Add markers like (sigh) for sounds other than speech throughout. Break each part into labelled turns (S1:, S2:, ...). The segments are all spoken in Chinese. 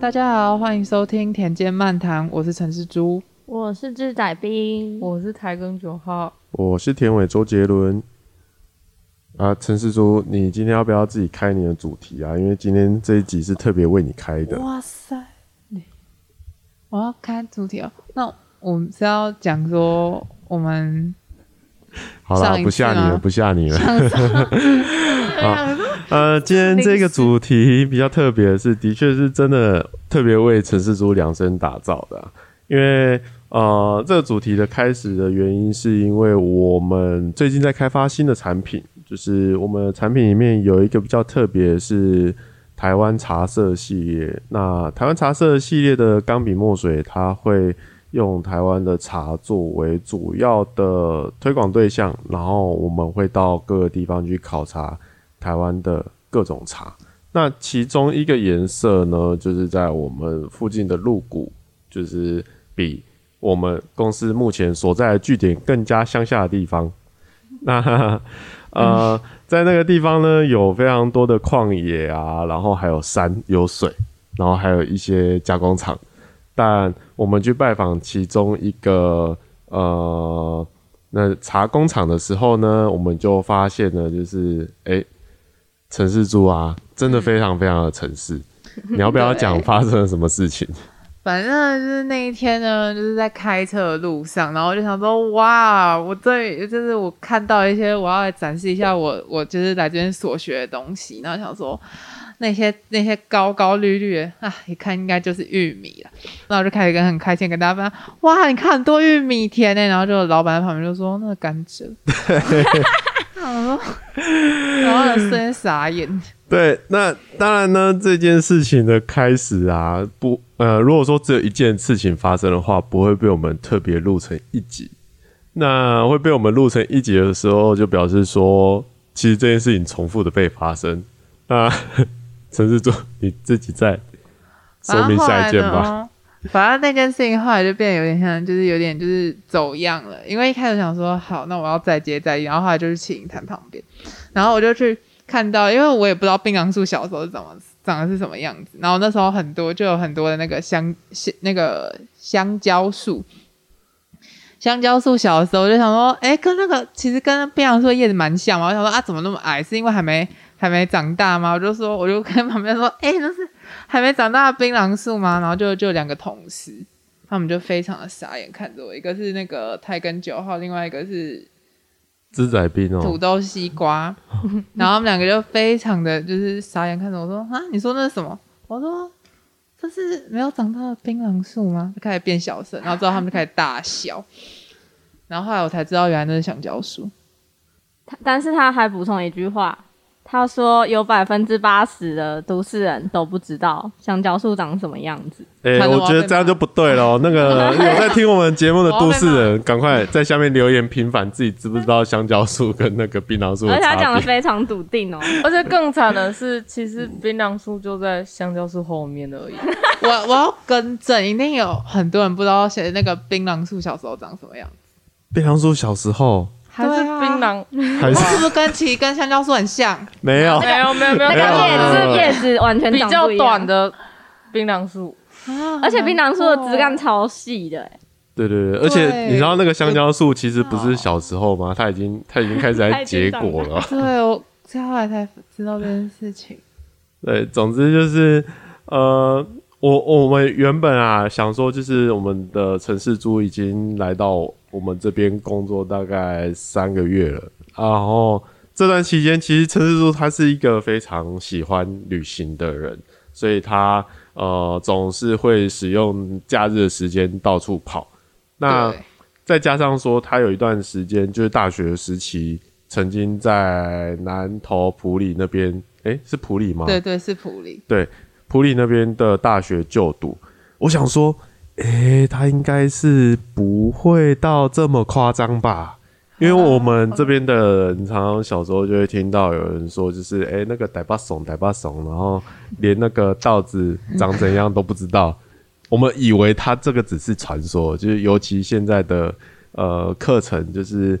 S1: 大家好，欢迎收听田间漫谈，我是陈世珠，
S2: 我是志仔兵，
S3: 我是台更九号，
S4: 我是田尾周杰伦。啊，陈世珠，你今天要不要自己开你的主题啊？因为今天这一集是特别为你开的。
S1: 哇塞，我要开主题哦。那我们是要讲说我们
S4: 好啦
S1: 上一，次
S4: 不吓你
S1: 吗
S4: 了，不吓你了。好，呃， (laughs) 今天这个主题比较特别的是，的确是真的特别为陈世珠量身打造的啊、因为呃，这个主题的开始的原因是因为我们最近在开发新的产品，就是我们的产品里面有一个比较特别的是台湾茶色系列。那台湾茶色系列的钢笔墨水，它会用台湾的茶作为主要的推广对象，然后我们会到各个地方去考察台湾的各种茶。那其中一个颜色呢，就是在我们附近的鹿谷，就是比我们公司目前所在的据点更加乡下的地方。那 (laughs) 呃，在那个地方呢，有非常多的旷野啊，然后还有山、有水，然后还有一些加工厂。但我们去拜访其中一个呃，那茶工厂的时候呢，我们就发现了，就是诶，城市猪啊，真的非常非常的城市。你要不要讲发生了什么事情？
S1: 反正就是那一天呢，就是在开车的路上，然后我就想说，哇，我这里就是我看到一些，我要来展示一下我我就是来这边所学的东西，然后想说那些那些高高绿绿的啊，一看应该就是玉米了，那我就开始跟很开心地跟大家分享，哇，你看很多玉米田呢，然后就老板在旁边就说那个甘蔗， (laughs) 然后我就瞬间傻眼，
S4: (laughs) 对，那当然呢，这件事情的开始啊，不，呃，如果说只有一件事情发生的话，不会被我们特别录成一集。那会被我们录成一集的时候，就表示说，其实这件事情重复的被发生。那 (laughs) 陈世柱，你自己再
S1: (laughs)
S4: 说明下一件
S1: 然后后来
S4: 吧。
S1: 呢反正那件事情后来就变得有点像，就是有点就是走样了。因为一开始想说好，那我要再接再厉，然后后来就是去影坛旁边，然后我就去看到，因为我也不知道槟榔树小时候是怎么长得是什么样子。然后那时候很多就有很多的那个香香那个香蕉树，香蕉树小的时候我就想说，哎、跟那个其实跟槟榔树的叶子蛮像嘛。我想说啊，怎么那么矮？是因为还没还没长大吗？我就说，我就跟旁边说，哎、那是还没长大的槟榔树吗？然后就就有两个同事，他们就非常的傻眼看着我，一个是那个泰根九号，另外一个是
S4: 资仔兵
S1: 土
S4: 哦，
S1: 豆西瓜，然后他们两个就非常的就是傻眼看着我说啊，你说那是什么？我说这是没有长大的槟榔树吗？就开始变小声，然后之后他们就开始大笑，然后后来我才知道原来那是橡胶树，
S2: 他但是他还补充一句话，他说有百分之八十的都市人都不知道香蕉树长什么样子。
S4: 哎、
S1: 看着
S4: 我
S1: 我要
S4: 觉得
S1: 被
S4: 这样就不对 (laughs) 喽。那个有在听我们节目的都市人，赶快在下面留言平反自己知不知道香蕉树跟那个槟榔树的
S2: 而且他
S4: 差别。
S2: 讲的非常笃定哦，
S3: (laughs) 而且更惨的是，其实槟榔树就在香蕉树后面而已。
S1: 我我要更正，一定有很多人不知道写那个槟榔树小时候长什么样子，
S4: 槟榔树小时候
S3: 还是槟榔？
S4: 还是
S1: 是不是跟其实跟香蕉树很像？
S4: (laughs) 没有
S3: 没有没有没有，
S2: (laughs) 那
S4: 没有
S2: 个
S4: 没有
S2: 叶子叶子完全
S3: 比
S2: 长
S3: 较
S2: 不一样
S3: 短，的槟榔树，
S2: (laughs) 而且槟榔树的枝干超细的，哎
S4: 对对对，而且你知道那个香蕉树其实不是小时候吗？它已经 (laughs) 它已经开始在结果了。
S1: 对，我是后来才知道这件事情。
S4: 对，总之就是呃，我我们原本啊想说，就是我们的城市猪已经来到我们这边工作大概三个月了，然后这段期间，其实陈世柱他是一个非常喜欢旅行的人，所以他呃总是会使用假日的时间到处跑。那
S1: 对
S4: 再加上说，他有一段时间就是大学时期，曾经在南投埔里那边，诶、是埔里吗？
S1: 对对是普里，
S4: 对，普里那边的大学就读。我想说，诶、他应该是不会到这么夸张吧？因为我们这边的人，常常小时候就会听到有人说，就是诶、那个逮巴怂，逮巴怂，然后连那个稻子长怎样都不知道。我们以为他这个只是传说，就是尤其现在的呃课程，就是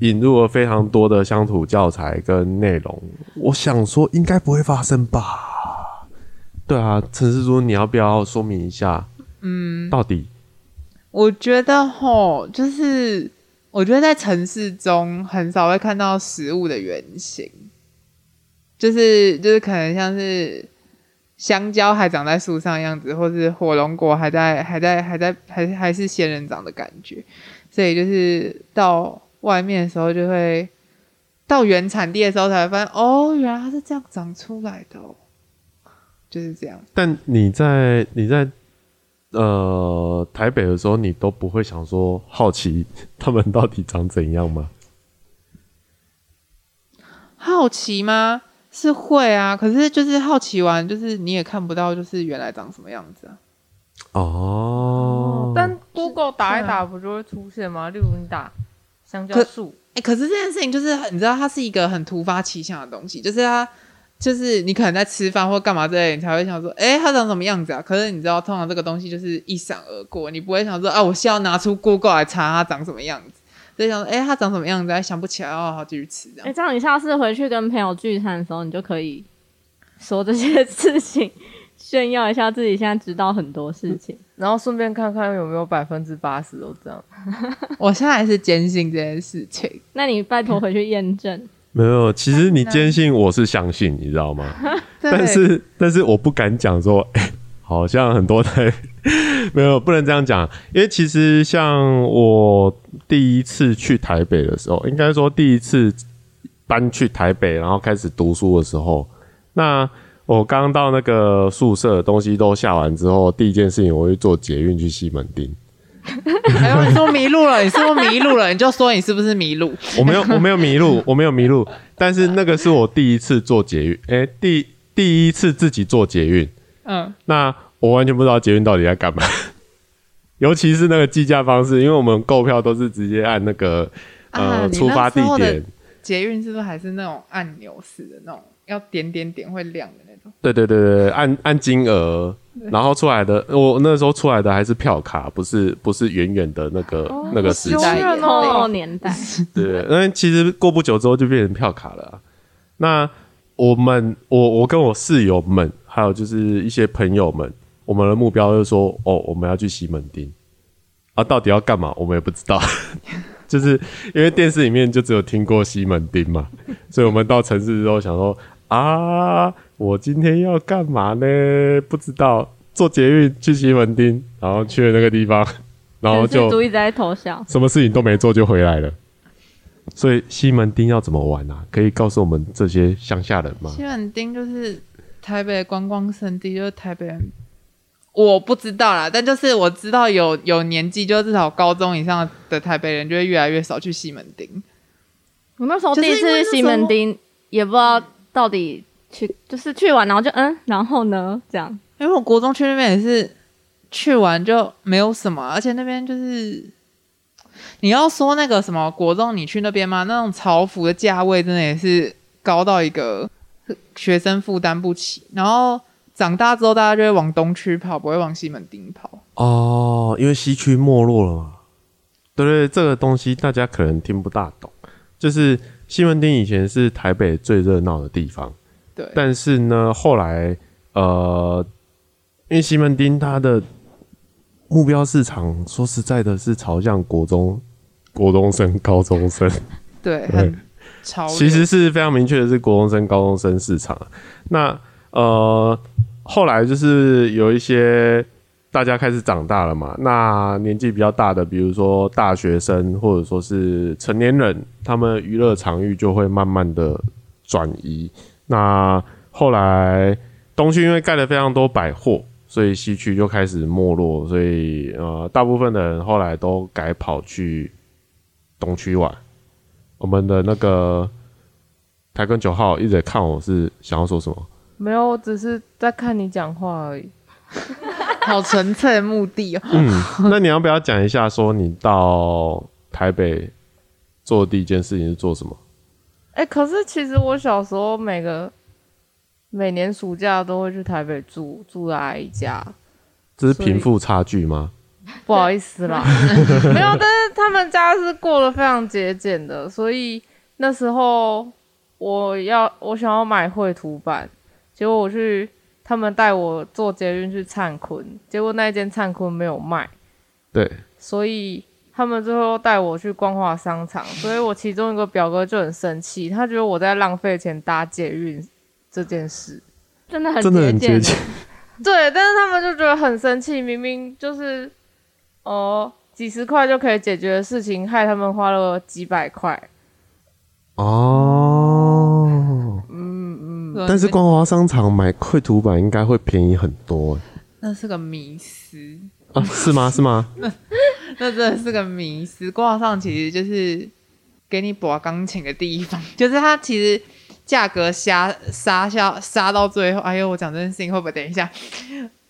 S4: 引入了非常多的乡土教材跟内容。我想说，应该不会发生吧？对啊，陈世珠，你要不要说明一下？嗯，到底
S1: 我觉得吼，就是我觉得在城市中很少会看到食物的原型，就是就是可能像是香蕉还长在树上的样子，或是火龙果还在还在还在还还是仙人掌的感觉，所以就是到外面的时候就会。到原产地的时候才会发现，哦，原来它是这样长出来的、哦，就是这样。
S4: 但你在你在呃台北的时候，你都不会想说好奇他们到底长怎样吗？
S1: 好奇吗？是会啊，可是就是好奇完，就是你也看不到，就是原来长什么样子啊。
S4: 哦，
S3: 但 Google 打一打不就会出现吗？例如你打香蕉树，
S1: 哎、可是这件事情就是很你知道，它是一个很突发奇想的东西，就是它就是你可能在吃饭或干嘛之类，你才会想说，哎、它长什么样子啊？可是你知道，通常这个东西就是一闪而过，你不会想说，啊，我是要拿出 Google 来查它长什么样子。所以想说，哎、它长什么样子？哎想不起来哦，好继续吃这
S2: 哎、
S1: 样。
S2: 这样你下次回去跟朋友聚餐的时候，你就可以说这些事情，炫耀一下自己现在知道很多事情。
S4: 嗯
S3: 然后顺便看看有没有百分之八十都这样。
S1: (laughs) 我现在还是坚信这件事情，
S2: 那你拜托回去验证。
S4: 没有，其实你坚信我是相信，你知道吗？
S1: 对
S4: (laughs) 但是但是我不敢讲说，哎、好像很多台 (laughs) 没有不能这样讲，因为其实像我第一次去台北的时候，应该说第一次搬去台北，然后开始读书的时候，那我刚到那个宿舍，东西都下完之后，第一件事情我会坐捷运去西门町。
S1: 哎呦，你说迷路了，你是不是迷路了？你就说你是不是迷路？
S4: 我没有，我没有迷路，我没有迷路。但是那个是我第一次坐捷运，哎、第第一次自己坐捷运，
S1: (laughs) 嗯，
S4: 那我完全不知道捷运到底在干嘛， (laughs) 尤其是那个计价方式，因为我们购票都是直接按那个呃、
S1: 啊你那
S4: 出发地
S1: 时候的
S4: 点，
S1: 捷运是不是还是那种按钮式的那种，要点点点会亮的那种？
S4: 对对对对，按按金额，然后出来的我那时候出来的还是票卡，不是不是远远的那个、
S1: 哦
S4: 那个时
S3: 好
S2: (laughs)
S4: 期
S3: 羞，
S1: 代言
S3: 人
S2: 透
S3: 哦
S2: 露年代，
S4: 对，因为其实过不久之后就变成票卡了啊、那我们我我跟我室友们，还有就是一些朋友们，我们的目标就是说，哦，我们要去西门町啊，到底要干嘛，我们也不知道。 (laughs) 就是因为电视里面就只有听过西门町嘛，所以我们到城市之后想说啊，我今天要干嘛呢？不知道，坐捷运去西门町，然后去了那个地方，然后
S2: 全
S4: 就
S2: 世族一直在偷笑。
S4: 什么事情都没做就回来了。所以西门町要怎么玩啊？可以告诉我们这些乡下人吗？
S1: 西门町就是台北的观光圣地，就是台北人。我不知道啦，但就是我知道有有年纪，就至少高中以上的台北人就会越来越少去西门町。
S2: 我那时候第一次去西门町，也不知道到底去，就是去完然后就嗯，然后呢这样。
S1: 因为我国中去那边也是去玩就没有什么，而且那边就是你要说那个什么国中你去那边吗？那种潮服的价位真的也是高到一个学生负担不起。然后长大之后大家就会往东区跑，不会往西门町跑。
S4: 哦，因为西区没落了嘛。对对，这个东西大家可能听不大懂，就是西门町以前是台北最热闹的地方，
S1: 对，
S4: 但是呢，后来呃，因为西门町它的目标市场，说实在的是朝向国中、国中生、高中生。
S1: 对，
S4: 对
S1: 很潮流。
S4: 其实是非常明确的是国中生、高中生市场啊。那呃，后来就是有一些大家开始长大了嘛，那年纪比较大的，比如说大学生或者说是成年人，他们娱乐场域就会慢慢的转移。那后来东区因为盖了非常多百货。所以西区就开始没落，所以呃，大部分的人后来都改跑去东区玩。我们的那个台根九号一直在看我是想要说什 (laughs) 么。
S3: 没有，我只是在看你讲话而已。
S1: 好纯粹的目的哦。
S4: 那你要不要讲一下，说你到台北做的第一件事情是做什么？
S3: 哎、可是其实我小时候每个每年暑假都会去台北住，住在阿姨家。
S4: 这是贫富差距吗？
S3: 不好意思啦，没有，但是他们家是过得非常节俭的，所以那时候我要我想要买绘图板，结果我去他们带我坐捷运去灿坤，结果那一间灿坤没有卖，
S4: 对，
S3: 所以他们最后带我去光华商场，所以我其中一个表哥就很生气，他觉得我在浪费钱搭捷运这件事。
S2: 真的很
S4: 真的很接
S2: 节
S4: 近
S2: 俭。。
S3: 对，但是他们就觉得很生气，明明就是哦几十块就可以解决的事情，害他们花了几百块。
S4: 哦，
S1: 说
S4: 但是
S1: 你们
S4: 光华商场买绘图板应该会便宜很多欸
S1: 那是个迷思，
S4: 啊？是 (laughs) 吗？是吗？
S1: 那真的是个迷思。挂上其实就是给你把钢琴的地方， (laughs) 就是它其实价格杀杀下杀到最后，哎呦，我讲这件事情会不会等一下？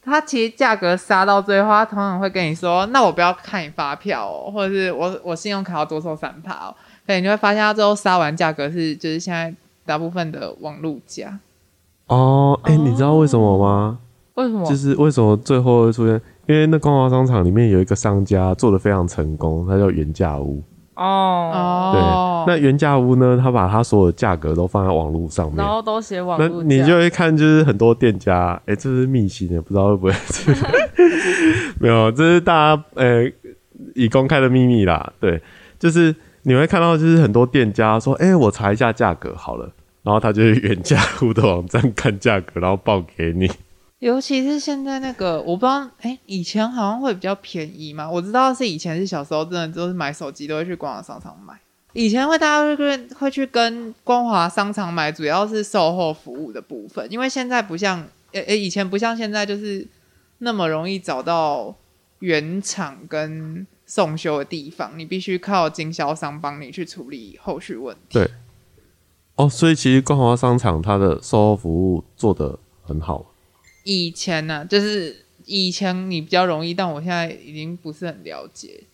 S1: 它其实价格杀到最后，它通常会跟你说：“那我不要看你发票哦，或者是我我信用卡要多收三趴哦。”可你就会发现，它最后杀完价格是就是现在大部分的网路价。
S4: 哦，哎、你知道为什么吗？
S3: 为什么？
S4: 就是为什么最后会出现？因为那光华商场里面有一个商家做的非常成功，它叫原价屋。
S3: 哦，
S4: 对，
S1: 哦，
S4: 那原价屋呢，它把它所有价格都放在网络上面
S3: 然。后都写网
S4: 那
S3: 络
S4: 你
S3: 价
S4: 就会看，就是很多店家，哎、这是秘辛，也不知道会不会
S3: (laughs)
S4: 没有，这是大家呃已公开的秘密啦。对，就是你会看到，就是很多店家说，哎、我查一下价格好了，然后他就是原价屋的网站看价格，然后报给你。
S1: 尤其是现在那个，我不知道，哎、以前好像会比较便宜嘛。我知道是以前是小时候，真的就是买手机都会去光华商场买。以前会大家会跟会去跟光华商场买，主要是售后服务的部分，因为现在不像，呃、呃，以前不像现在就是那么容易找到原厂跟送修的地方，你必须靠经销商帮你去处理后续问题。
S4: 对哦，所以其实光华商场它的售后服务做得很好。
S1: 以前呢、就是以前你比较容易，但我现在已经不是很了解。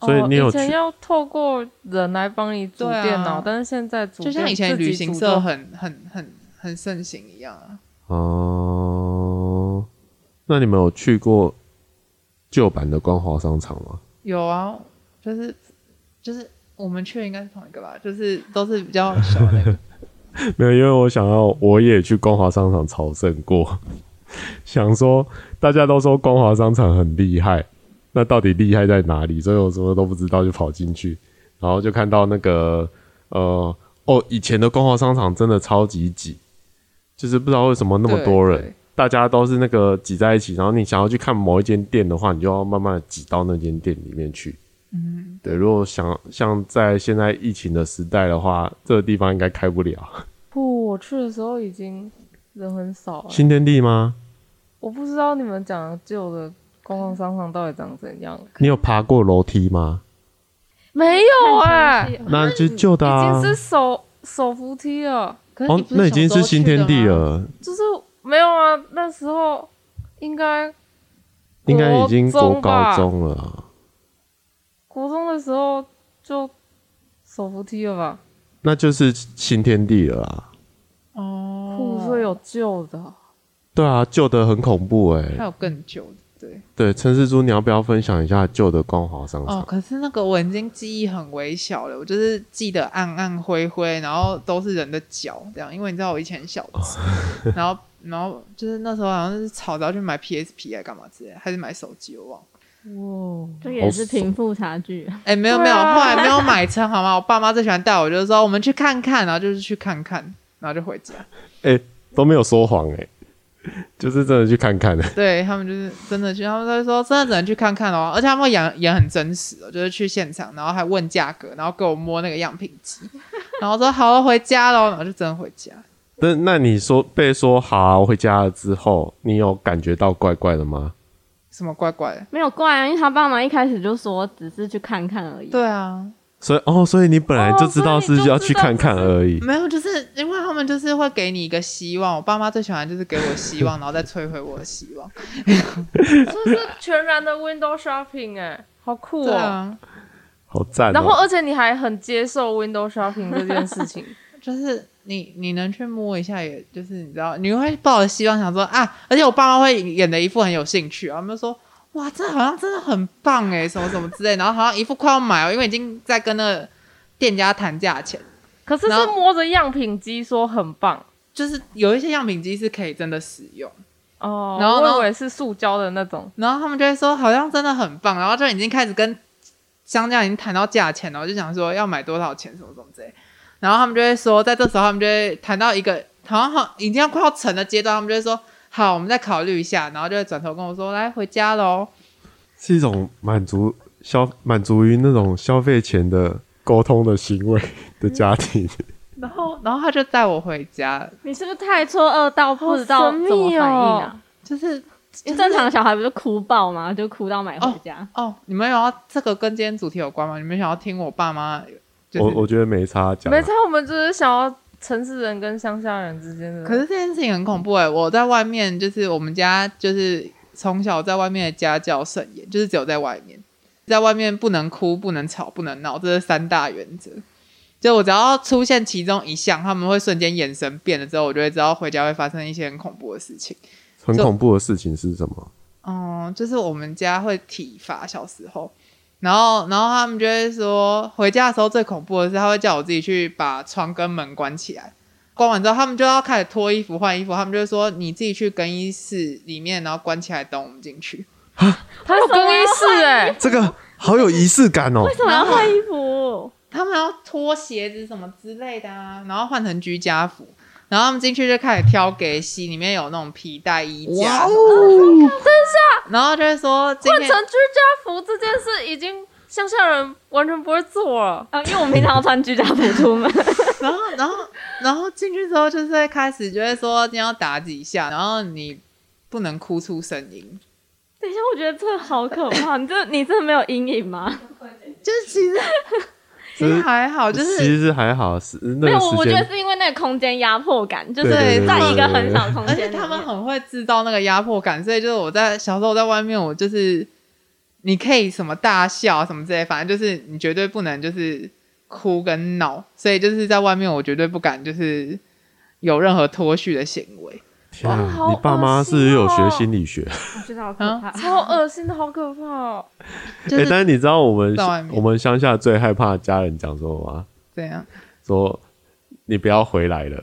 S4: 所以你有
S3: 哦、以
S4: 去
S3: 前要透过人来帮你组
S1: 对啊
S3: 电脑，但是现在组
S1: 就像以前旅行社
S3: 很。
S1: 很很很很盛行一样啊。
S4: 哦、那你们有去过旧版的光华商场吗？
S1: 有啊，就是就是我们去的应该是同一个吧，就是都是比较小的那个。
S4: 没有，因为我想要我也去光华商场朝圣过， (laughs) 想说大家都说光华商场很厉害，那到底厉害在哪里？所以我什么都不知道，就跑进去，然后就看到那个呃哦，以前的光华商场真的超级挤，就是不知道为什么那么多
S1: 对
S4: 人
S1: 对，
S4: 大家都是那个挤在一起，然后你想要去看某一间店的话，你就要慢慢的挤到那间店里面去。嗯，对，如果想像在现在疫情的时代的话，这个地方应该开不了。
S3: 不，我去的时候已经人很少了。
S4: 新天地吗？
S3: 我不知道你们讲的旧的公共商场到底长怎样，
S4: 你有爬过楼梯吗？
S3: 没有哎、
S2: 太详细了
S4: 那就旧的
S3: 已
S4: 啊
S3: 经。是手手扶梯了，
S1: (laughs) 可是你
S4: 哦，
S1: 不
S4: 那已
S1: 小时候
S4: 经是新天地
S1: 去的吗。
S4: 了，
S3: 就是没有啊。那时候应该
S4: 应该已经国
S3: 国中
S4: 高
S3: 吧
S4: 中了啊。
S3: 国中的时候就手扶梯了吧？
S4: 那就是新天地了啊。
S3: 不
S1: 哦，
S3: 所以有旧的，
S4: 对啊，旧的很恐怖哎、
S1: 还有更久的，对。
S4: 对，陈世珠，你要不要分享一下旧的光华商场？
S1: 哦，可是那个我已经记忆很微小了，我就是记得暗暗灰灰，然后都是人的脚这样，因为你知道我以前很小只，
S4: 哦
S1: 然后然后就是那时候好像是吵着要去买 PSP 还干嘛之类的，还是买手机我忘了。
S3: 哇！
S2: 这也是贫富差距。
S1: 哎、没有
S3: 对
S1: 没有，
S3: 啊
S1: 后来没有买成，好吗？我爸妈最喜欢带我，就是说我们去看看，然后就是去看看，然后就回家。
S4: 哎、都没有说谎哎、就是真的去看看、欸。
S1: 对他们就是真的去，他们都会说真的只能去看看哦，而且他们会演演很真实哦，就是去现场，然后还问价格，然后给我摸那个样品机，然后说好了回家喽，然后就真的回家。
S4: 那那你说被说好啊、我回家了之后，你有感觉到怪怪的吗？
S1: 什么怪怪的？
S2: 没有怪啊，因为他爸妈一开始就说只是去看看而已。
S1: 对啊，
S4: 所以哦，所以你本来就知道
S3: 哦所以
S4: 是
S3: 你就
S4: 要去
S3: 知道
S4: 看看而已。
S1: 没有，就是因为他们就是会给你一个希望，我爸妈最喜欢就是给我希望，然后再摧毁我的希望。
S3: 就是全然的 window shopping 哎、好酷
S1: 对
S3: 哦、
S1: 啊，
S4: 好赞、哦
S3: 然后，而且你还很接受 window shopping 这件事
S1: (laughs)
S3: 情，
S1: 就是你你能去摸一下，也就是你知道，你会抱着希望想说啊，而且我爸妈会演的一副很有兴趣啊，他们就说哇，这好像真的很棒哎，什么什么之类，然后好像一副快要买哦，因为已经在跟那个店家谈价钱，
S3: 可是
S1: 然
S3: 是
S1: 后
S3: 摸着样品机说很棒，
S1: 就是有一些样品机是可以真的使用，
S3: 哦，
S1: 然后呢
S3: 我以为是塑胶的那种，
S1: 然后他们就会说好像真的很棒，然后就已经开始跟商家已经谈到价钱了，我就想说要买多少钱什么什么之类，然后他们就会说，在这时候他们就会谈到一个好像好已经要快要成的阶段，他们就会说好，我们再考虑一下，然后就会转头跟我说来回家喽。
S4: 是一种满足消满足于那种消费前的沟通的行为的家庭。
S1: 然后，然后他就带我回家，
S2: 你是不是太错愕到不知道
S3: 好
S2: 怎
S3: 神秘
S2: 么反应啊？
S1: 就是
S2: 正常小孩不就哭爆吗？就哭到买回家。
S1: 哦，你们有要这个跟今天主题有关吗？你们想要听我爸妈？就是、
S4: 我我觉得没差讲啊，
S3: 没差，我们就是想要城市人跟乡下人之间的。
S1: 可是这件事情很恐怖哎、我在外面，就是我们家就是从小在外面的家教甚严，就是只有在外面，在外面不能哭、不能吵、不能闹，这是三大原则。就我只要出现其中一项，他们会瞬间眼神变了之后，我就会知道回家会发生一些很恐怖的事情。
S4: 很
S1: 就
S4: 恐怖的事情是什么？
S1: 嗯，就是我们家会体罚小时候，然后然后他们就会说，回家的时候最恐怖的是，他会叫我自己去把窗跟门关起来。关完之后，他们就要开始脱衣服、换衣服，他们就会说你自己去更衣室里面，然后关起来等我们进去。
S3: 他有更衣室
S1: 欸
S3: 哎、
S4: 这个好有仪式感哦
S2: 为。什么要换衣服？
S1: 他们要脱鞋子什么之类的啊，然后换成居家服，然后他们进去就开始挑给洗，里面有那种皮带衣架，
S4: 哦，
S1: 然后就会说今
S3: 啊换
S1: 天
S3: 成居家服这件事已经乡下人完全不会做了。
S2: 啊，因为我们平常要穿居家服出 (laughs) 门，
S1: 然后，然后，然后进去之后，就是会开始就会说今天要打几下，然后你不能哭出声音。
S2: 等一下，我觉得这个好可怕。你这你真的没有阴影吗？
S1: 就是其实其
S4: (laughs) 就
S1: 实
S4: 是
S1: 还好，就
S4: 其
S1: 是
S4: 实还好，是
S2: 没
S4: 那
S2: 有，
S4: 个
S2: 我我
S4: 时
S2: 觉得
S4: 间
S2: 是因为那个空间压迫感，就是
S4: 对
S1: 对
S2: 在
S1: 对
S2: 一个很小的空
S1: 而
S2: 间里
S1: 且
S2: 面，
S1: 他们很会制造那个压迫感，所以就是我在小时候在外面，我就是你可以什么大笑啊什么之类，反正就是你绝对不能就是哭跟闹，所以就是在外面我绝对不敢就是有任何脱序的行为。
S4: 天啊
S3: 好！
S4: 你爸妈是有学
S3: 恶心哦
S4: 心理学，
S2: 我觉得好可怕。
S3: 超恶心的，好可怕哦！
S1: 就
S4: 哎、
S1: 是
S4: 但是你知道我们
S1: 在外面
S4: 我们乡下最害怕家人讲什么吗？
S1: 这样，
S4: 说你不要回来了，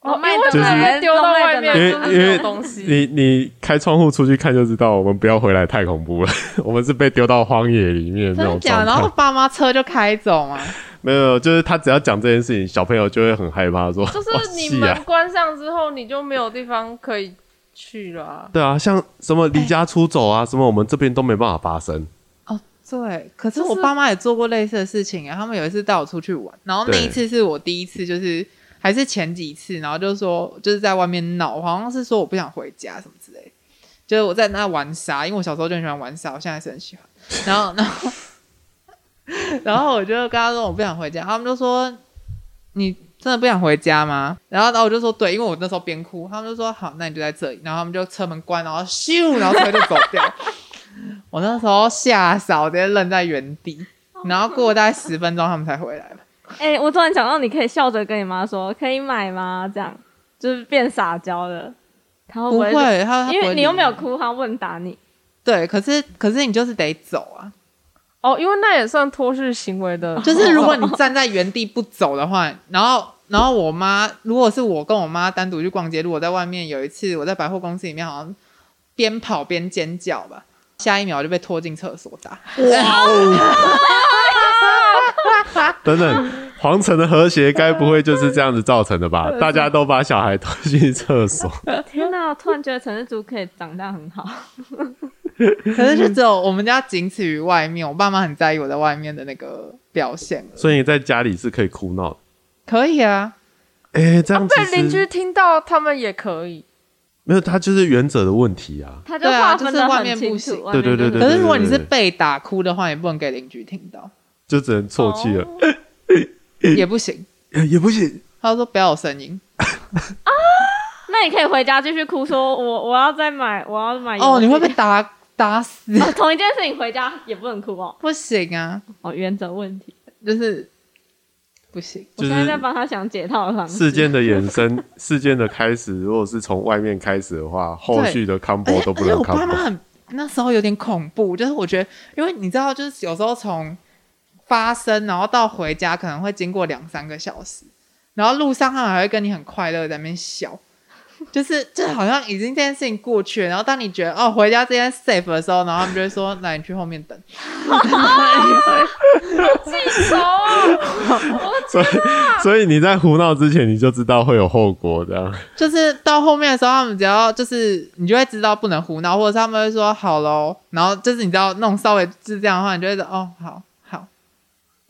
S2: 哦
S3: 哦，
S2: 卖
S3: 卖
S2: 的
S3: 的
S2: 人
S3: 人丢到外面
S4: 因为
S3: 就是这种东西，
S4: 你你开窗户出去看就知道，我们不要回来太恐怖了， (laughs) 我们是被丢到荒野里面那
S1: 真的
S4: 种
S1: 假的？
S4: 状
S1: 然后
S4: 态。
S1: 爸妈车就开走嘛。
S4: 没有，就是他只要讲这件事情，小朋友就会很害
S1: (laughs)
S4: 怕说，
S3: 就是你
S4: 哇是
S3: 门
S4: 啊，
S3: 关上之后，你就没有地方可以去了啊。
S4: 对啊，像什么离家出走啊，什么我们这边都没办法发生。
S1: 哦，对，可是
S3: 就
S1: 我
S3: 是
S1: 爸妈也做过类似的事情啊。他们有一次带我出去玩，然后那
S4: 对
S1: 一次是我第一次，就是还是前几次，然后就说就是在外面闹，好像是说我不想回家什么之类的，就是我在那玩沙，因为我小时候就很喜欢玩沙，我现在还是很喜欢。然后， (laughs) 然后，然后我就跟他说我不想回家，他们就说你真的不想回家吗？然后，然后我就说对，因为我那时候边哭，他们就说好，那你就在这里。然后他们就车门关，然后咻，然后车就走掉。我那时候吓傻，我直接愣在原地。然后过了大概十分钟，他们才回来吧。
S2: 哎、我突然想到，你可以笑着跟你妈说：“可以买吗？”这样就是变撒娇了。他会
S1: 不
S2: 会？
S1: 会，他他
S2: 因
S1: 不
S2: 为
S1: 会
S2: 你又没有
S1: 理
S2: 哭，他问答你。
S1: 对，可是可是你就是得走啊。
S3: 哦，因为那也算脱序行为的，
S1: 就是如果你站在原地不走的
S2: (laughs)
S1: 话，然后然后我妈，如果是我跟我妈单独去逛街，如果在外面有一次我在百货公司里面好像边跑边尖叫吧，下一秒就被拖进厕所打。
S4: 等等，
S1: (laughs)
S4: 皇城的和谐该不会就是这样子造成的吧？大家都把小孩拖进厕所， (laughs)
S2: 天哪！我突然觉得城市族可以长大很好。
S1: 可是就只有我们家仅此于外面，我爸妈很在意我在外面的那个表现。
S4: 所以在家里是可以哭闹
S1: 哦
S4: 的。
S1: 可以啊，
S4: 哎、这样其
S3: 被
S4: 实、
S3: 邻居听到，他们也可以。
S4: 没有，他就是原则的问题啊。
S2: 他就
S1: 对啊
S2: 划分的
S1: 就是外
S2: 很
S1: 面
S2: 清
S1: 不
S2: 楚
S1: 行。
S2: 外面
S4: 对对对
S1: 可
S2: 就是
S1: 如果你是被打哭的话，也不能给邻居听
S4: (laughs)
S1: 到，
S4: 就只能啜泣了、
S3: 哦
S1: 也不行。
S4: 也也不行。
S1: 他说不要有声音。
S2: 那你可以回家继续哭，说我我要再买，哎我要买。
S1: 哦，你会被打打死， (laughs)
S2: 哦同一件事情回家也不能哭哦。
S1: 不行啊，
S2: 哦，原则问题。
S1: 就是不行。
S2: 我
S4: 就是
S2: 现在在帮他想解套的方式。
S4: 事件的
S2: (laughs)
S4: 衍生，事件的开始，如果是从外面开始的话，后续的 combo 都不
S1: 而且
S4: 能
S1: 我
S2: 哎
S1: 爸妈
S4: combo。
S1: 很那时候有点恐怖，就是我觉得，因为你知道，就是有时候从发生然后到回家可能会经过两三个小时，然后路上他们还会跟你很快乐地在那边笑，就是就好像已经这件事情过去了，然后当你觉得哦回家这件 safe 的时候，然后他们就会说，那你去后面等。
S3: 记仇 (laughs) 哦，
S4: (laughs) 所以所以你在胡闹之前，你就知道会有后果这样。
S1: 就是到后面的时候，他们只要就是你就会知道不能胡闹，或者是他们会说好喽，然后就是你知道那种稍微是这样的话，你就会说哦好好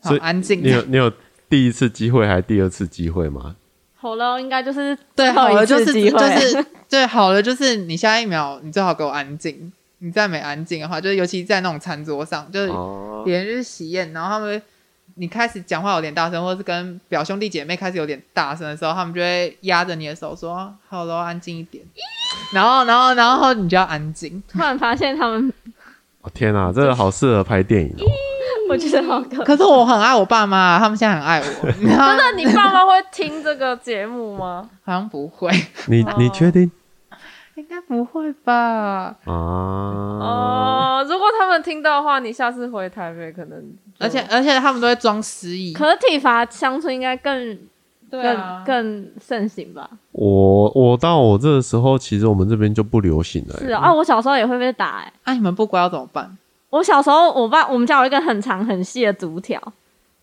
S1: 好
S4: 所以
S1: 安静
S4: 你。有你有第一次机会还是第二次机会吗？
S2: 好了，应该就是
S1: 对，
S2: 最后
S1: 好了
S2: 一
S1: 就
S2: 次
S1: 是
S2: 机
S1: 就
S2: 会，
S1: 是对，好了就是你下一秒你最好给我安静，你再没安静的话，就是尤其在那种餐桌上，就是
S4: 哦，
S1: 别人就是喜宴，然后他们你开始讲话有点大声，或者是跟表兄弟姐妹开始有点大声的时候，他们就会压着你的手说：“好喽，安静一点。”然后，然后，然后你就要安静。
S2: (laughs) 突然发现他们，
S4: 哦天哪、这个好适合拍电影哦。
S2: 我觉得好可
S1: (laughs) 可是我很爱我爸妈啊，他们现在很爱我， (laughs) 你知道吗
S3: 那你爸妈会听这个节目吗？
S1: 好像不会，
S4: 你
S2: 哦
S4: 你确定
S1: 应该不会吧？
S4: 啊？
S3: 哦、如果他们听到的话，你下次回台北可能就，
S1: 而且，而且他们都会装失忆。
S2: 可是体罚乡村应该更
S1: 对啊
S2: 更更盛行吧？
S4: 我我到我这个时候，其实我们这边就不流行了、欸
S2: 是啊，啊，我小时候也会被打哎、
S1: 那、啊你们不乖要怎么办？
S2: 我小时候，我爸我们家有一根很长很细的竹条，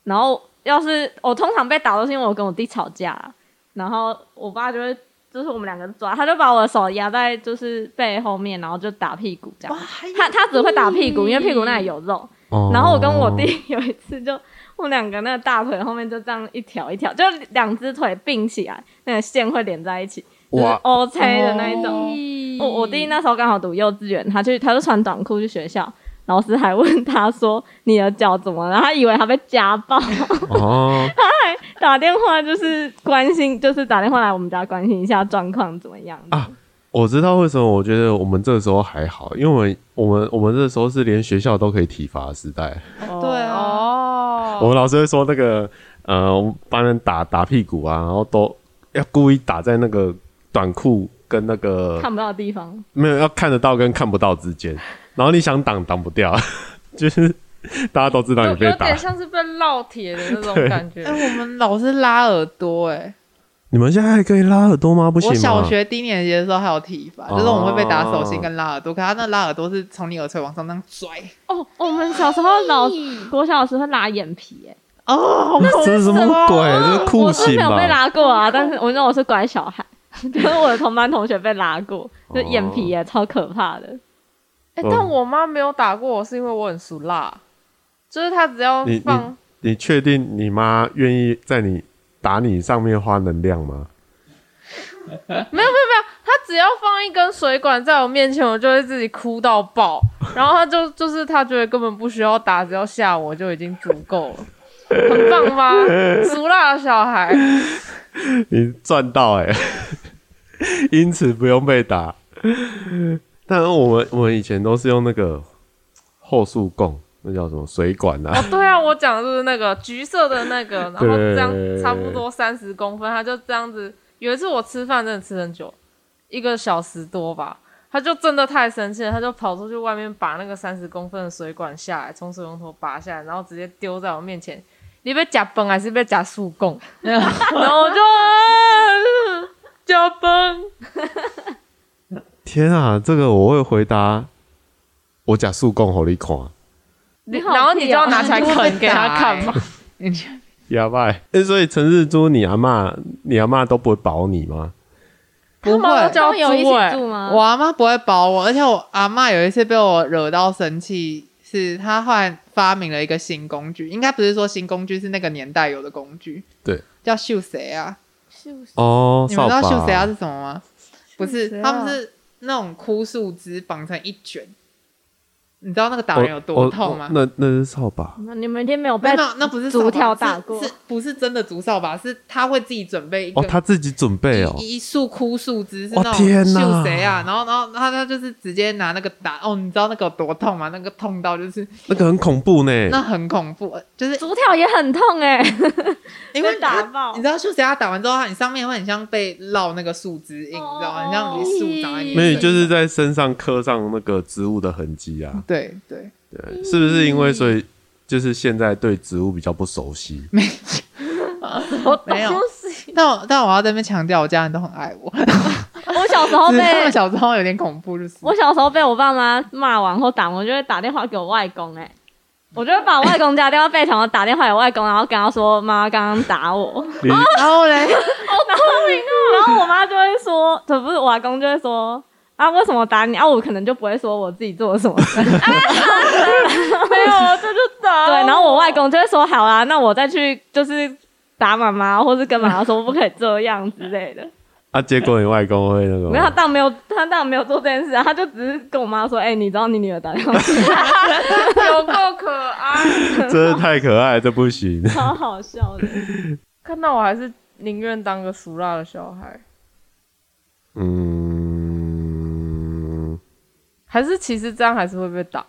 S2: 然后要是我通常被打都是因为我跟我弟吵架啦，然后我爸就会就是我们两个抓，他就把我的手压在就是背后面，然后就打屁股这样。他他只会打屁股，因为屁股那里有肉。
S4: 哦
S2: 然后我跟我弟有一次就，我们两个那个大腿后面就这样一条一条，就两只腿并起来，那个线会连在一起，就是
S4: 哇
S2: OK 的那一种。哦我我弟
S3: 第一
S2: 那时候刚好读幼稚园，他去他就穿短裤去学校，老师还问他说你的脚怎么了？他以为他被家暴， (laughs)
S4: 哦，
S2: 打电话就是关心，就是打电话来我们家关心一下状况怎么样。
S4: 啊我知道为什么，我觉得我们这时候还好，因为我们我们我们这时候是连学校都可以体罚的时代。
S1: 对啊，
S3: 哦，
S4: 我们老师会说那个呃，我们帮人打打屁股啊，然后都要故意打在那个短裤跟那个
S2: 看不到的地方，
S4: 没有要看得到跟看不到之间，然后你想挡挡不掉， (laughs) 就是大家都知道
S3: 有
S4: 你被
S3: 有
S4: 打
S3: 点。像是被烙铁的那
S4: (laughs)
S3: 种
S4: 对
S3: 感觉
S1: 哎、。我们老是拉耳朵、哎。
S4: 你们现在还可以拉耳朵吗？不行
S1: 我
S4: 吗？
S1: 小学低年级的时候还有体罚，就是我们会被打手心
S4: 哦
S1: 跟拉耳朵，可他那拉耳朵是从你耳垂往上那样拽，
S2: 哦，我们小时候老国小老师会拉眼皮、欸，
S1: 哦，
S4: 这是什么鬼？这是酷
S2: 我是
S4: 刑
S2: 没有被
S4: 吧？
S2: 拉过啊，但是我知道我是乖小孩， (laughs) 就是我的同班同学被拉过，就
S1: 哦
S2: 眼皮耶、超可怕的。
S3: 哎、
S4: 哦
S3: 但我妈没有打过我，是因为我很俗辣，就是她只要
S4: 你
S3: 放，
S4: 你确定你妈愿意在你打你上面花能量吗？
S3: 她只要放一根水管在我面前，我就会自己哭到爆。然后她就就是她觉得根本不需要打，只要吓我就已经足够了，很棒吧？ (laughs) 俗辣的小孩，
S4: 你赚到哎、 (laughs) 因此不用被打。但我们我们以前都是用那个后束供，那叫什么水管啊？
S3: 哦，对啊，我讲的就是那个橘色的那个，然后
S4: 对
S3: 这样差不多三十公分，他就这样子。有一次我吃饭真的吃很久，一个小时多吧，他就真的太生气了，他就跑出去外面把那个三十公分的水管下来，从水龙头拔下来，然后直接丢在我面前。你被夹崩还是被夹树
S2: (laughs)
S3: 供？然后我就 (laughs) 啊夹崩，
S4: 天啊，这个我会回答，我假束供好你看。
S3: 你
S2: 你好
S3: 然后你就要
S2: 屁哦
S3: 拿起来啃给他看嘛。
S1: 你这
S4: 哑巴欸，哎、所以陈日珠，你阿嬷，你阿嬷都不会保你吗？
S1: 不
S3: 妈妈
S1: 会
S3: 都，叫
S2: (laughs) 他们有一
S3: 猪欸
S2: 起住吗？
S1: 我阿妈不会保我，而且我阿妈有一次被我惹到生气，是她后来发明了一个新工具，应该不是说新工具，是那个年代有的工具，
S4: 对，
S1: 叫秀谁啊？
S4: 哦，
S1: 你们知道
S4: 扫把
S1: 秀谁啊是什么吗？不是，
S3: 谁啊
S1: 他们是那种枯树枝绑成一卷，你知道那个打人有
S4: 我
S1: 多痛啊吗
S4: 我？哦那那是扫把，
S2: 那你们一定没有
S1: 没
S2: 被
S1: 有，没有那不是
S2: 竹
S1: 扫把
S2: 条打
S1: 是
S2: 过
S1: 是不是真的竹扫把？是他会自己准备一个
S4: 哦，他自己准备哦，
S1: 一一束枯树枝是
S4: 哦
S1: 那种
S4: 天哪
S1: 秀谁啊？然后然后他他就是直接拿那个打哦，你知道那个有多痛吗？那个痛到就是
S4: 那个很恐怖呢。
S1: 那很恐怖，就是
S2: 竹条也很痛哎、
S1: 因为
S2: 被打爆
S1: 你知道秀谁啊打完之后，你上面会很像被烙那个树枝印，你知道吗？
S2: 哦
S1: 很像你树长在你身上
S4: 没有，就是在身上刻上那个植物的痕迹啊。
S1: 对对，
S4: 对，是不是因为所以就是现在对植物比较不熟悉？
S2: 我
S1: 没有
S2: 东
S1: (laughs)
S2: 西哦
S1: 但我但我要在那边强调，我家人都很爱我，
S2: 我小时候
S1: 只是他
S2: 被
S1: 们小时候有点恐怖，就是
S2: 我小时候被我爸妈骂完后打，我就会打电话给我外公、欸，哎，我就会把我外公家电话背成，我打电话给我外公，然后跟他说妈妈刚刚打我，
S4: 你
S1: 然后嘞，
S2: 然后我妈就会说，可不是我外公就会说。啊，为什么打你啊？我可能就不会说我自己做了什么事，
S3: 没有，这就
S2: 哦
S3: 打
S2: 对。
S3: 我
S2: 然后我外公就会说，好啦，那我再去就是打妈妈，或是跟妈妈说不可以这样之类的。
S4: 啊，结果你外公会那个
S2: 没有，他
S4: 吗，
S2: 当然没有，他当然没有做这件事啊，他就只是跟我妈说，哎、你知道你女儿打电话给我
S3: 有够可爱。
S4: 真是太可爱了，这不行。
S1: (laughs)
S2: 超好笑的。
S3: 看到我还是宁愿当个俗辣的小孩，
S4: 嗯，
S3: 还是其实这样还是会被打，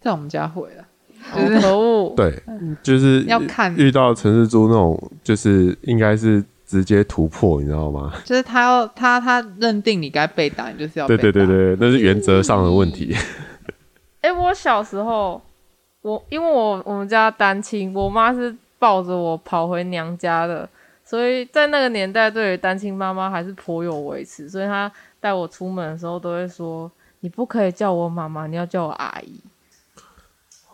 S1: 在我们家会了，
S3: 好
S1: 就是
S3: 可恶。
S4: (laughs) 对，就是
S1: 要看
S4: 遇到城市猪那种，就是应该是直接突破，你知道吗？
S1: 就是他要他他认定你该被打，你就是要
S4: 对
S1: 被
S4: 对对
S1: 打，
S4: 对，那是原则上的问
S3: 嗯
S4: 题。
S3: 哎、我小时候，我因为我我们家单亲，我妈是抱着我跑回娘家的，所以在那个年代，对于单亲妈妈还是颇有维持，所以她带我出门的时候都会说：“你不可以叫我妈妈，你要叫我阿姨。”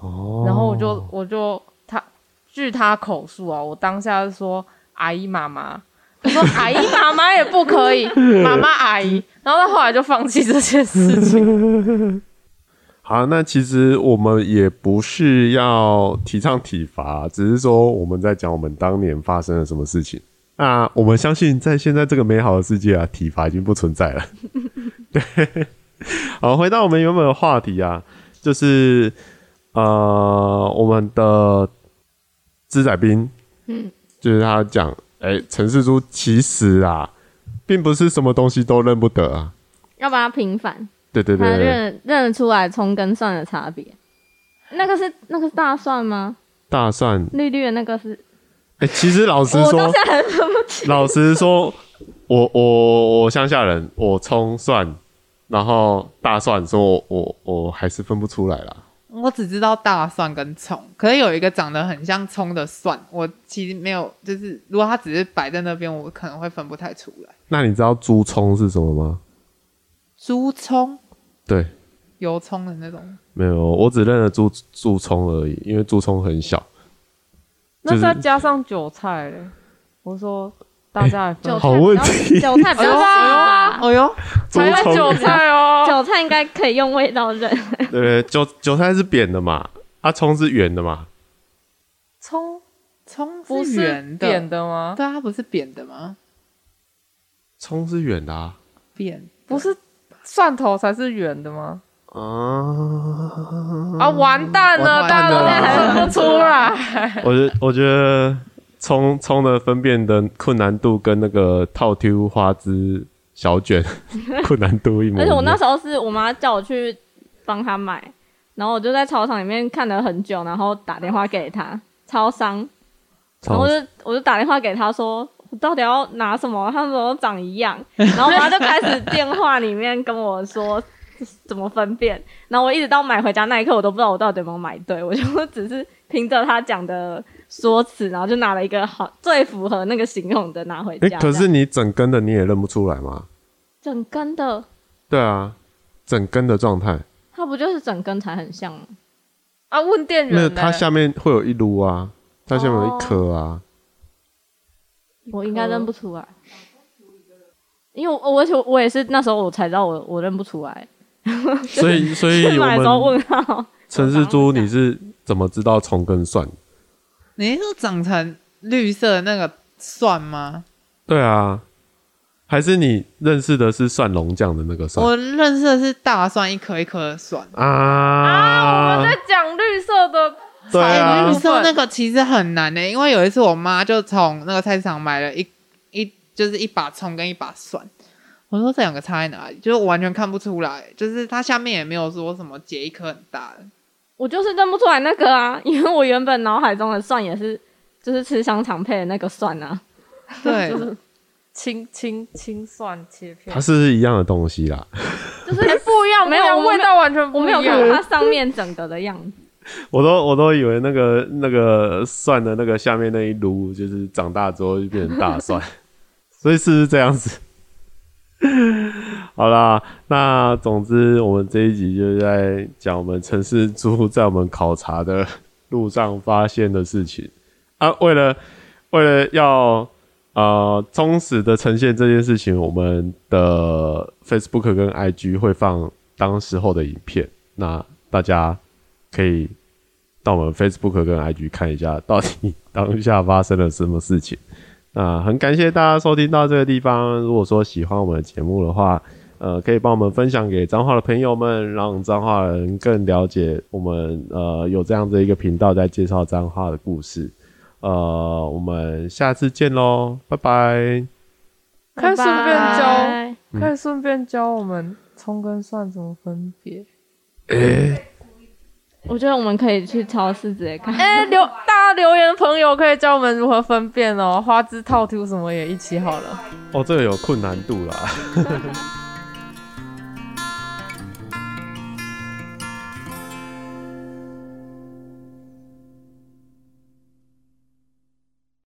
S4: 哦
S3: 然后我就我就他据他口述啊，我当下是说阿姨妈妈，他说阿姨妈妈也不
S1: (laughs)
S3: 可以，妈妈阿姨，然后他后来就放弃这件事情。
S4: 好，那其实我们也不是要提倡体罚，只是说我们在讲我们当年发生了什么事情。那我们相信，在现在这个美好的世界啊，体罚已经不存在了。 (laughs) 对，好，回到我们原本的话题啊，就是呃，我们的资仔兵，嗯，就是他讲，哎、陈世珠其实啊，并不是什么东西都认不得啊。
S2: 要把它平反，
S4: 对对
S2: 他
S4: 对对对，
S2: 认认得出来葱跟蒜的差别。那个是那个是大蒜吗？
S4: 大蒜，
S2: 绿绿的那个是，
S4: 哎、其实老实
S2: 我
S4: 说
S2: 到现，在还分不清。
S4: (laughs) 老实说，我我我乡下人，我葱蒜，然后大蒜，所以我我我还是分不出来啦。
S1: 我只知道大蒜跟葱，可是有一个长得很像葱的蒜，我其实没有，就是如果它只是摆在那边，我可能会分不太出来。
S4: 那你知道猪葱是什么吗？
S1: 猪葱、
S4: 对，
S1: 油葱的那种，
S4: 没有，我只认得猪猪葱而已，因为猪葱很小。
S3: 那
S4: 就是
S3: 再加上韭菜嘞，我说大家也分
S2: 韭菜
S4: 好问题 (laughs)
S2: 比较韭菜
S4: 哎
S2: 比较细吧，
S1: 哦哟，
S4: 猪
S3: 才有韭
S4: 葱
S3: 菜 (laughs) 哦，
S2: 韭菜应该可以用味道认。
S4: (laughs) 对韭韭菜是扁的嘛，啊葱是圆的嘛，
S3: 葱
S1: 葱
S3: 不
S1: 是
S3: 是
S1: 圆的，
S3: 扁的吗？
S1: 对啊，它不是扁的吗？
S4: 葱是圆的啊。
S1: 扁
S3: 不是蒜头才是圆的吗？
S4: 啊，
S3: 啊，完蛋了，
S1: 嗯完
S3: 大家
S1: 蛋
S3: 都
S1: 了
S3: 还分不
S1: (laughs)
S3: 出来。
S4: (laughs) 我觉我觉得葱葱的分辨的困难度跟那个套 Q 花枝
S2: (laughs)
S4: 小卷困难度一模一
S2: 而
S4: 样。
S2: 且我那时候是我妈叫我去帮她买，然后我就在操场里面看了很久，然后打电话给她超商，然后我
S4: 超
S2: 就我就打电话给他说，我到底要拿什么？他们都长一样。 (laughs) 然后我妈就开始电话里面跟我说怎么分辨。然后我一直到买回家那一刻，我都不知道我到底有没有买对，我就只是凭着他讲的说辞，然后就拿了一个好最符合那个形容的拿回
S4: 诶
S2: 家。
S4: 可
S2: 这
S4: 是
S2: 样
S4: 你整根的你也认不出来吗？
S2: 整根的，
S4: 对啊，整根的状态，
S2: 它不就是整根才很像吗？
S3: 啊，问店员
S4: 那
S3: 呢，
S4: 它下面会有一撸啊，它下面有一颗
S2: 哦
S4: 啊。
S2: 我应该认不出来，因为我我而且我也是那时候我才知道我我认不出来，(laughs)
S4: 所以所以
S2: 去
S4: 我
S2: 买的时候
S4: 们
S2: 问号。
S4: 陈世珠你是怎么知道葱跟蒜？
S1: 你是说长成绿色的那个蒜吗？
S4: 对啊，还是你认识的是蒜蓉酱的那个蒜
S1: 我认识的是大蒜，一颗一颗的蒜。
S4: 啊？
S3: 啊，我们在讲绿色的
S4: 对
S1: 哎
S4: 啊
S1: 绿，色那个其实很难欸的、因为有一次我妈就从那个菜市场买了一一就是一把葱跟一把蒜，我说这两个差在哪里？就是我完全看不出来，就是它下面也没有说什么结一颗很大的。
S2: (laughs) 我就是认不出来那个啊，因为我原本脑海中的蒜也是，就是吃香肠配的那个蒜啊。
S4: (laughs)
S1: 对，
S3: 青青青蒜切片
S4: 它，是不是一样的东西啦？
S3: 哎不一样，
S2: 没有
S3: 不一样
S2: 我没有
S3: 味道完全
S2: 我
S3: 不一
S2: 没
S3: 样。嗯
S2: 有看到它上面整个的样子，
S4: 我都我都以为那个那个蒜的那个下面那一撸，就是长大之后就变成大蒜，所以是不是这样子？ (laughs) 好啦，那总之我们这一集就是在讲我们城市猪在我们考察的路上发现的事情啊。为了为了要呃忠实的呈现这件事情，我们的 Facebook 跟 IG 会放当时候的影片，那大家可以到我们 Facebook 跟 IG 看一下，到底当下发生了什么事情。 (laughs) 那很感谢大家收听到这个地方。如果说喜欢我们的节目的话，呃，可以帮我们分享给彰化的朋友们，让彰化人更了解我们呃有这样的一个频道在介绍彰化的故事。呃，我们下次见喽，拜拜。
S3: 可以顺便教，
S2: 拜
S3: 可以顺便教我们葱跟蒜怎么分别。
S2: 我觉得我们可以去超市直接看。
S3: 哎、留大家留言的朋友可以教我们如何分辨哦，花枝套图什么也一起好了。
S4: 哦，这个有困难度啦。